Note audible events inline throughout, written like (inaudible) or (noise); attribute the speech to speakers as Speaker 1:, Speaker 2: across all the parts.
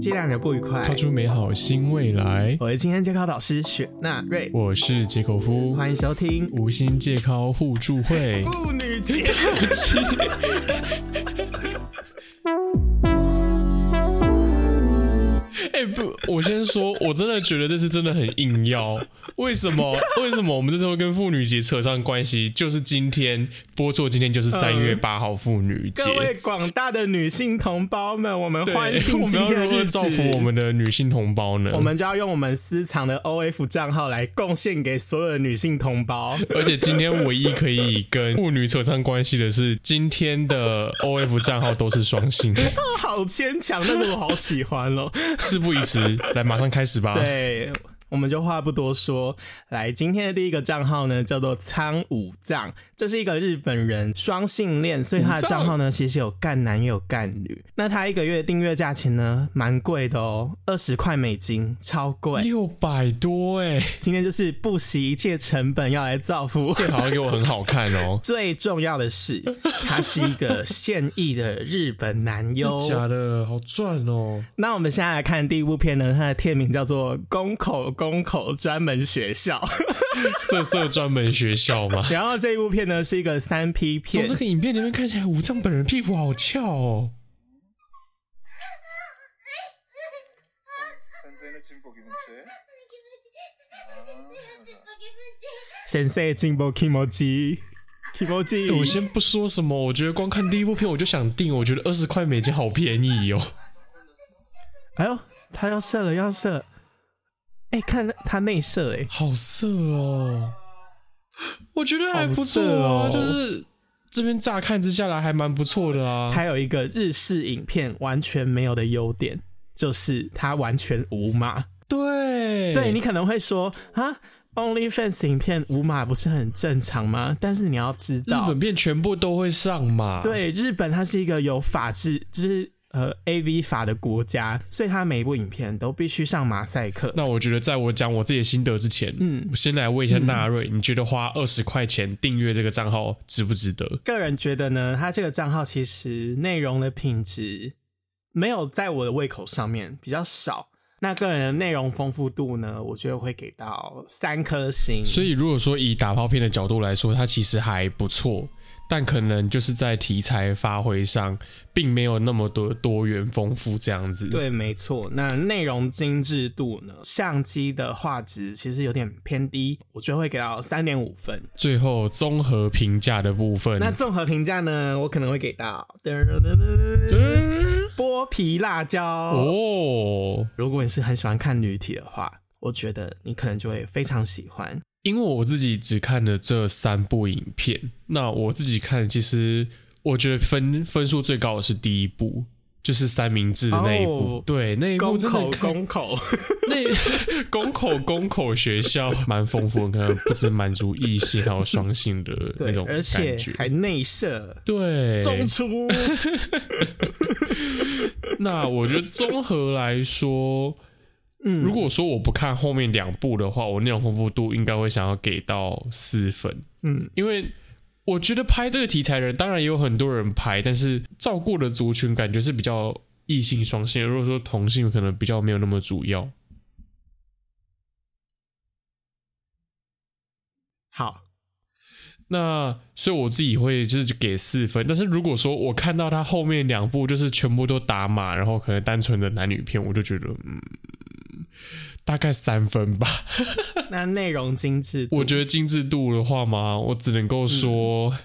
Speaker 1: 既然你的不愉快
Speaker 2: 踏。出美好新未来。
Speaker 1: 我是今天监考导师雪纳瑞，
Speaker 2: 我是杰口夫，
Speaker 1: 欢迎收听
Speaker 2: 无心借靠互助
Speaker 1: (laughs)
Speaker 2: 会。
Speaker 1: 妇女节。
Speaker 2: 哎、不，我先说，我真的觉得这次真的很硬要。为什
Speaker 1: (laughs)
Speaker 2: 么？为什么我们这次会跟妇女节扯上关系？就是今天播出，今天就是三月八号妇女节。
Speaker 1: 嗯各位广大的女性同胞们，我们
Speaker 2: 对
Speaker 1: 欢庆
Speaker 2: (laughs) 我
Speaker 1: 今
Speaker 2: 们要
Speaker 1: 天的
Speaker 2: 如何
Speaker 1: 日子。
Speaker 2: 造福我们的女性同胞呢？
Speaker 1: 我们就要用我们私藏的 OF 账号来贡献给所有的女性同 (laughs) 胞。
Speaker 2: (laughs)
Speaker 1: 哦
Speaker 2: 而且今天唯一可以跟妇女扯上关系的是，今天的 OF 账号都是双性，
Speaker 1: 好牵强，但是我好喜欢哦。
Speaker 2: 事不宜迟，来马上开始吧。
Speaker 1: 对，我们就话不多说，来，今天的第一个账号呢叫做苍武藏，这是一个日本人双性恋，所以他的账号呢其实有干男也有干女。那他一个月订阅价钱呢蛮贵的哦，二十块美金，超
Speaker 2: (laughs)
Speaker 1: 贵。
Speaker 2: 六百多哎、
Speaker 1: 今天就是不惜一切成本要来造福。。
Speaker 2: 最好要给我很好看哦 (laughs)
Speaker 1: 最重要的是，他是一个现役的日本男优。
Speaker 2: 的，好赚哦！
Speaker 1: 那我们现在来看第一部片呢，它的片名叫做《宫口宫口专门学校》。
Speaker 2: 色色专门学校嘛。
Speaker 1: (laughs) 然后这一部片呢是一个三 P
Speaker 2: (laughs) 从
Speaker 1: 片
Speaker 2: 这，个影片里面看起来，武藏本人屁股好翘哦。
Speaker 3: 선생님 진복 입은 채
Speaker 1: 神社进步 Kimoji (laughs) Kimoji，
Speaker 2: 我先不说什么，我觉得光看第一部片我就想定，我觉得二十块美金好便宜哦。
Speaker 1: 哎呦，他要射了，要射！哎，看他内射，哎，
Speaker 2: 好色哦，我觉得还
Speaker 1: 好
Speaker 2: 不错
Speaker 1: 色
Speaker 2: 啊，
Speaker 1: 哦
Speaker 2: 就是这边乍看之下来还蛮不错的啊。
Speaker 1: 还有一个日式影片完全没有的优点，就是它完全无码。
Speaker 2: 对，
Speaker 1: 对你可能会说啊，OnlyFans 影片无码不是很正常吗？但是你要知
Speaker 2: 日
Speaker 1: 道
Speaker 2: 本，片全部都会上嘛。，
Speaker 1: 对日本它是一个有法制，就是呃 A V 法的国家，所以它每一部影片都必须上马赛克。
Speaker 2: 那我觉得在我讲我自己的心得之前，嗯，我先来问一下纳瑞，你觉得花二十块钱订阅这个账号值不值得？
Speaker 1: 个人觉得呢，他这个账号其实内容的品质没有在我的胃口上面比较少。那个人的内容丰富度呢，我觉得会给到三颗星。
Speaker 2: 所以如果说以打泡片的角度来说，它其实还不错，但可能就是在题材发挥上，并没有那么多多元丰富这样子。，
Speaker 1: 对，没错。那内容精致度呢，相机的画质其实有点偏低，我觉得会给到三点五分。
Speaker 2: 最后综合评价的部分，
Speaker 1: 那综合评价呢，我可能会给到剥皮辣椒。
Speaker 2: 哦，
Speaker 1: 如果你是很喜欢看女体的话，我觉得你可能就会非常喜欢。
Speaker 2: 因为我自己只看了这三部影片，那我自己看，其实我觉得分分数最高的是第一部，就是三明治的那一部，
Speaker 1: 哦
Speaker 2: 对，那一部
Speaker 1: 公
Speaker 2: 真的
Speaker 1: 口
Speaker 2: 看
Speaker 1: 公口。
Speaker 2: 那公口公口学校蛮丰富的，可能不止满足异性，还有双性的那
Speaker 1: 对
Speaker 2: 种，
Speaker 1: 而
Speaker 2: 感
Speaker 1: 且
Speaker 2: 觉。哎
Speaker 1: 还内射。
Speaker 2: 对，
Speaker 1: 中
Speaker 2: (laughs)
Speaker 1: 出
Speaker 2: 那我觉得综合来说，嗯，如果说我不看后面两部的话，我内容丰富度应该会想要给到四分，
Speaker 1: 嗯，
Speaker 2: 因为我觉得拍这个题材的人，当然也有很多人拍，但是照顾的族群感觉是比较异性双性，如果说同性可能比较没有那么主要。
Speaker 1: 好，
Speaker 2: 那所以我自己会就是给四分，但是如果说我看到他后面两部就是全部都打码，然后可能单纯的男女片，我就觉得嗯，大概三分吧。
Speaker 1: 那内容精致度，
Speaker 2: 我觉得精致度的话嘛，我只能够
Speaker 1: 嗯
Speaker 2: 说，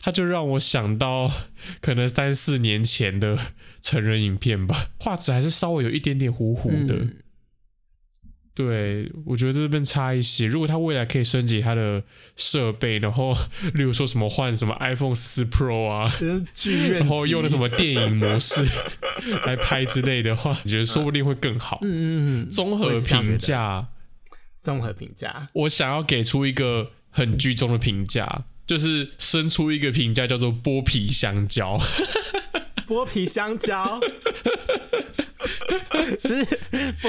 Speaker 2: 它就让我想到可能三四年前的成人影片吧，画质还是稍微有一点点糊糊的。
Speaker 1: 嗯
Speaker 2: 对，我觉得这边差一些。如果它未来可以升级它的设备，然后 (laughs) 例如说什么换什么 iPhone 四 Pro 啊，
Speaker 1: 真是剧院，
Speaker 2: 然后用
Speaker 1: 的
Speaker 2: 的什？么电影模式 (laughs) 来拍之类的话，我觉得说不定会更好。
Speaker 1: 嗯嗯嗯，
Speaker 2: 综合
Speaker 1: 我也是这样觉
Speaker 2: 评
Speaker 1: 得
Speaker 2: 价。
Speaker 1: 综合评价，
Speaker 2: 我想要给出一个很居中的评价，就是生出一个评价叫做“剥皮香蕉
Speaker 1: 剥皮香蕉， (laughs) 就是不，”，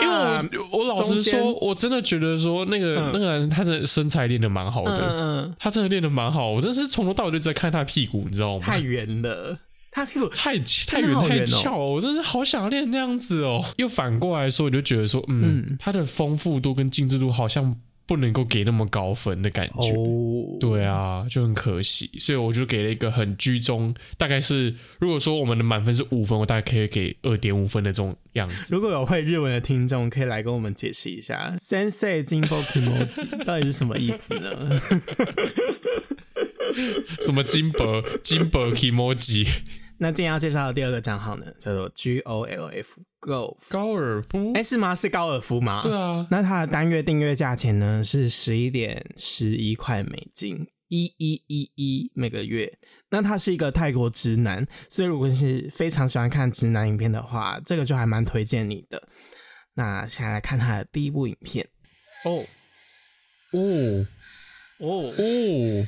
Speaker 2: 因为我、
Speaker 1: 啊
Speaker 2: 我老
Speaker 1: 中
Speaker 2: 实
Speaker 1: 间
Speaker 2: 说，我真的觉得说那个、那个人他的身材练得蛮好
Speaker 1: 嗯
Speaker 2: 的，
Speaker 1: 嗯嗯，
Speaker 2: 他真的练得蛮好，我真的是从头到尾就在看他屁股，你知道吗？
Speaker 1: 太圆了，他屁股
Speaker 2: 太太
Speaker 1: 真的
Speaker 2: 圆
Speaker 1: 好
Speaker 2: 太
Speaker 1: 圆哦
Speaker 2: 翘了，我真是好想练那样子哦。又反过来说，我就觉得说，嗯，它的丰富度跟精致度好像不能够给那么高分的感觉。
Speaker 1: 哦，
Speaker 2: 对啊，就很可惜，所以我就给了一个很居中，大概是如果说我们的满分是五分，我大概可以给二点五分的这种样子。
Speaker 1: 如果有会日文的听众，可以来跟我们解释一下 “sensei 金 i m b o k i m o
Speaker 2: (laughs)
Speaker 1: j i 到底是什么意思呢？
Speaker 2: 什么金箔 (laughs) 金箔 emoji
Speaker 1: 那今天要介绍的第二个账号呢，叫做 G O L F Golf。
Speaker 2: 高尔夫
Speaker 1: 哎、？是吗？是高尔夫吗？
Speaker 2: 对啊，
Speaker 1: 那它的单月订阅价钱呢是十一点十一块美金，一一一一每个月。那他是一个泰国直男，所以如果你是非常喜欢看直男影片的话，这个就还蛮推荐你的。那现在来看他的第一部影片哦
Speaker 2: 哦
Speaker 1: 哦
Speaker 2: 哦，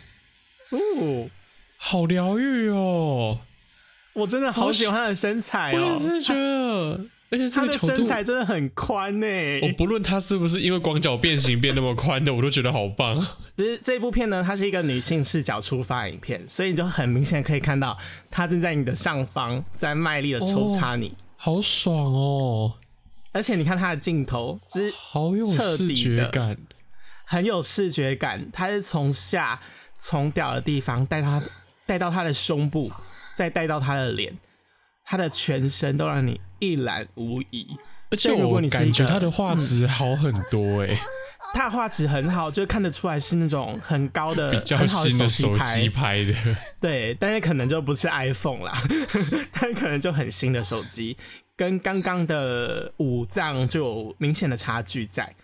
Speaker 1: 哦！
Speaker 2: 好疗愈哦！
Speaker 1: 我真的好喜欢他的身材
Speaker 2: 我
Speaker 1: 哦
Speaker 2: 也，是觉得，而且这
Speaker 1: 他
Speaker 2: 个
Speaker 1: 的
Speaker 2: 角
Speaker 1: 身
Speaker 2: 度，
Speaker 1: 材真的很宽呢、欸
Speaker 2: 我不论它是不是因为广角变形变那么宽的，我都觉得好棒。
Speaker 1: 其实这部片呢，它是一个女性视角出发的影片，所以你就很明显可以看到，她正在你的上方在卖力的抽插你，
Speaker 2: 好爽哦，
Speaker 1: 而且你看她的镜头，就是
Speaker 2: 好有视觉感，
Speaker 1: 很有视觉感，她是从下从屌的地方带她带到她的胸部，再带到她的脸，她的全身都让你一览无遗。
Speaker 2: 而且
Speaker 1: 所以如果
Speaker 2: 我
Speaker 1: 你是一个嗯
Speaker 2: 感觉它的画质好很
Speaker 1: (laughs)
Speaker 2: 多哎、
Speaker 1: 她的画质很好，就看得出来是那种很高的、
Speaker 2: 比较
Speaker 1: 很好
Speaker 2: 新的
Speaker 1: 手机
Speaker 2: 手
Speaker 1: 拍
Speaker 2: 机。拍的，
Speaker 1: 对，但是可能就不是 iPhone 啦，但可能就很新的手机，跟刚刚的五藏就有明显的差距在。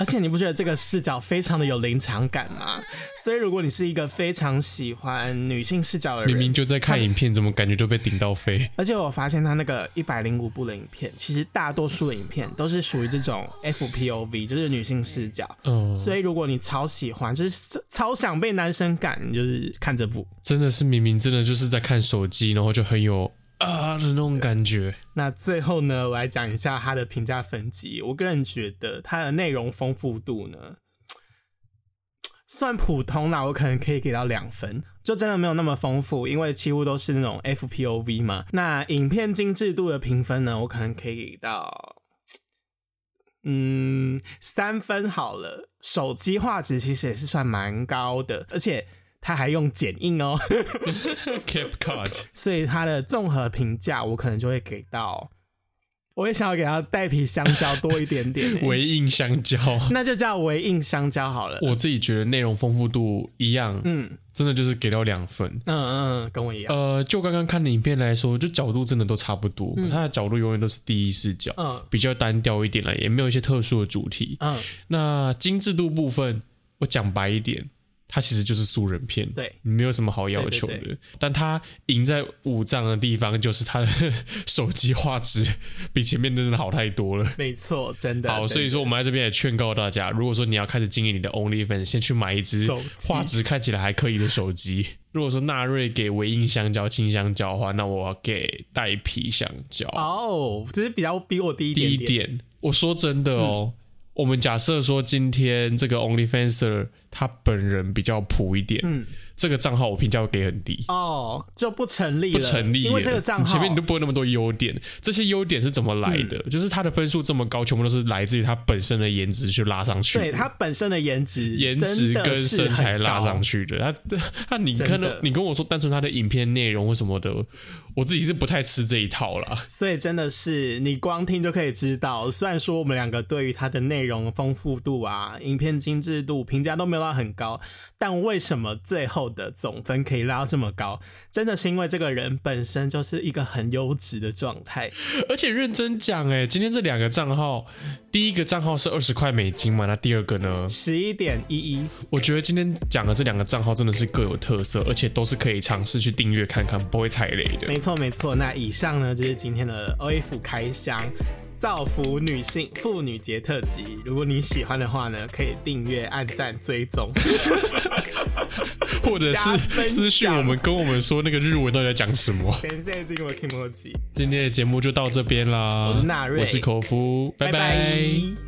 Speaker 1: 而且你不觉得这个视角非常的有临场感吗？所以如果你是一个非常喜欢女性视角的人，
Speaker 2: (laughs) 明明就在看影片，怎么感觉就被顶到飞？
Speaker 1: 而且我发现他那个一百零五部的影片，其实大多数的影片都是属于这种 FPOV，就是女性视角。
Speaker 2: 嗯，
Speaker 1: 所以如果你超喜欢，就是超想被男生干，你就是看这部。
Speaker 2: 真的是明明真的就是在看手机，然后就很有啊的那种
Speaker 1: (laughs)
Speaker 2: 感觉。
Speaker 1: 那最后呢，我来讲一下它的评价分级。我个人觉得它的内容丰富度呢，算普通啦，我可能可以给到两分，就真的没有那么丰富，因为几乎都是那种 FPOV 嘛。那影片精致度的评分呢，我可能可以给到。嗯，三分好了。手机画质其实也是算蛮高的，而且它还用剪映哦。
Speaker 2: Cap Cut，，
Speaker 1: 所以它的综合评价我可能就会给到，我也想要给它带皮香蕉多一点点、欸
Speaker 2: (laughs) 唯印
Speaker 1: (laughs)
Speaker 2: 香蕉。
Speaker 1: 那就叫唯印香蕉好了。
Speaker 2: 我自己觉得内容丰富度一样，
Speaker 1: 嗯
Speaker 2: 真的就是给到两分。
Speaker 1: 嗯嗯，跟我一样。
Speaker 2: 呃，就刚刚看的影片来说，就角度真的都差不多，它的角度永远都是第一视角，
Speaker 1: 嗯
Speaker 2: 比较单调一点了，也没有一些特殊的主题。
Speaker 1: 嗯，
Speaker 2: 那精致度部分，我讲白一点，它其实就是素人片，
Speaker 1: 对
Speaker 2: 没有什么好要求的。
Speaker 1: 对对
Speaker 2: 但它赢在五藏的地方，就是它的 (laughs) 手机画质比前面真的好太多了。
Speaker 1: 没错，真的。
Speaker 2: 好，所
Speaker 1: 真
Speaker 2: 以
Speaker 1: 的
Speaker 2: 说我们在这边也劝告大家，如果说你要开始经营你的 OnlyFans，先去买一只
Speaker 1: 手机
Speaker 2: 画质看起来还可以的手机。如果说纳瑞给唯印香蕉、青香蕉的话，那我给带皮香蕉。
Speaker 1: 哦，就是比较比我低一
Speaker 2: 第
Speaker 1: 点嗯
Speaker 2: 一点，我说真的哦，我们假设说今天这个 OnlyFanser 他本人比较普一点，
Speaker 1: 嗯
Speaker 2: 这个账号我评价会给很低。
Speaker 1: 哦，就不成立了，
Speaker 2: 不成立耶，
Speaker 1: 因为这个账号
Speaker 2: 你前面你都不会那么多优点，这些优点是怎么来的？
Speaker 1: 嗯
Speaker 2: 就是他的分数这么高，全部都是来自于他本身的颜值去拉上去的。
Speaker 1: 对它本身的颜值
Speaker 2: 颜值跟身材拉上
Speaker 1: 去，
Speaker 2: 去的。他他你看
Speaker 1: 真
Speaker 2: 到
Speaker 1: 的
Speaker 2: 你跟我说单纯他的影片内容或什么的，我自己是不太吃这一套啦。
Speaker 1: 所以真的是你光听就可以知道。虽然说我们两个对于它的内容丰富度啊、影片精致度评价都没有到很高，但为什么最后的总分可以拉到这么高？真的是因为这个人本身就是一个很优质的状态。
Speaker 2: 而且认真讲，哎，今天这两个账号，第一个账号是二十块美金嘛，那第二个呢？
Speaker 1: 十一点一一，
Speaker 2: 我觉得今天讲的这两个账号真的是各有特色，而且都是可以尝试去订阅看看，不会踩雷的。
Speaker 1: 没错没错。那以上呢就是今天的 OF 开箱。造福女性妇女节特辑，如果你喜欢的话呢，可以订阅、按赞、追踪。 (laughs)
Speaker 2: 或者
Speaker 1: 加
Speaker 2: 是
Speaker 1: 分
Speaker 2: 私讯
Speaker 1: 享
Speaker 2: 我们，跟我们说那个日文到底在讲什么。
Speaker 1: 感谢经过 Kimoji，
Speaker 2: 今天的节目就到这边啦，
Speaker 1: 我是纳瑞
Speaker 2: 我是口夫，拜拜
Speaker 1: 拜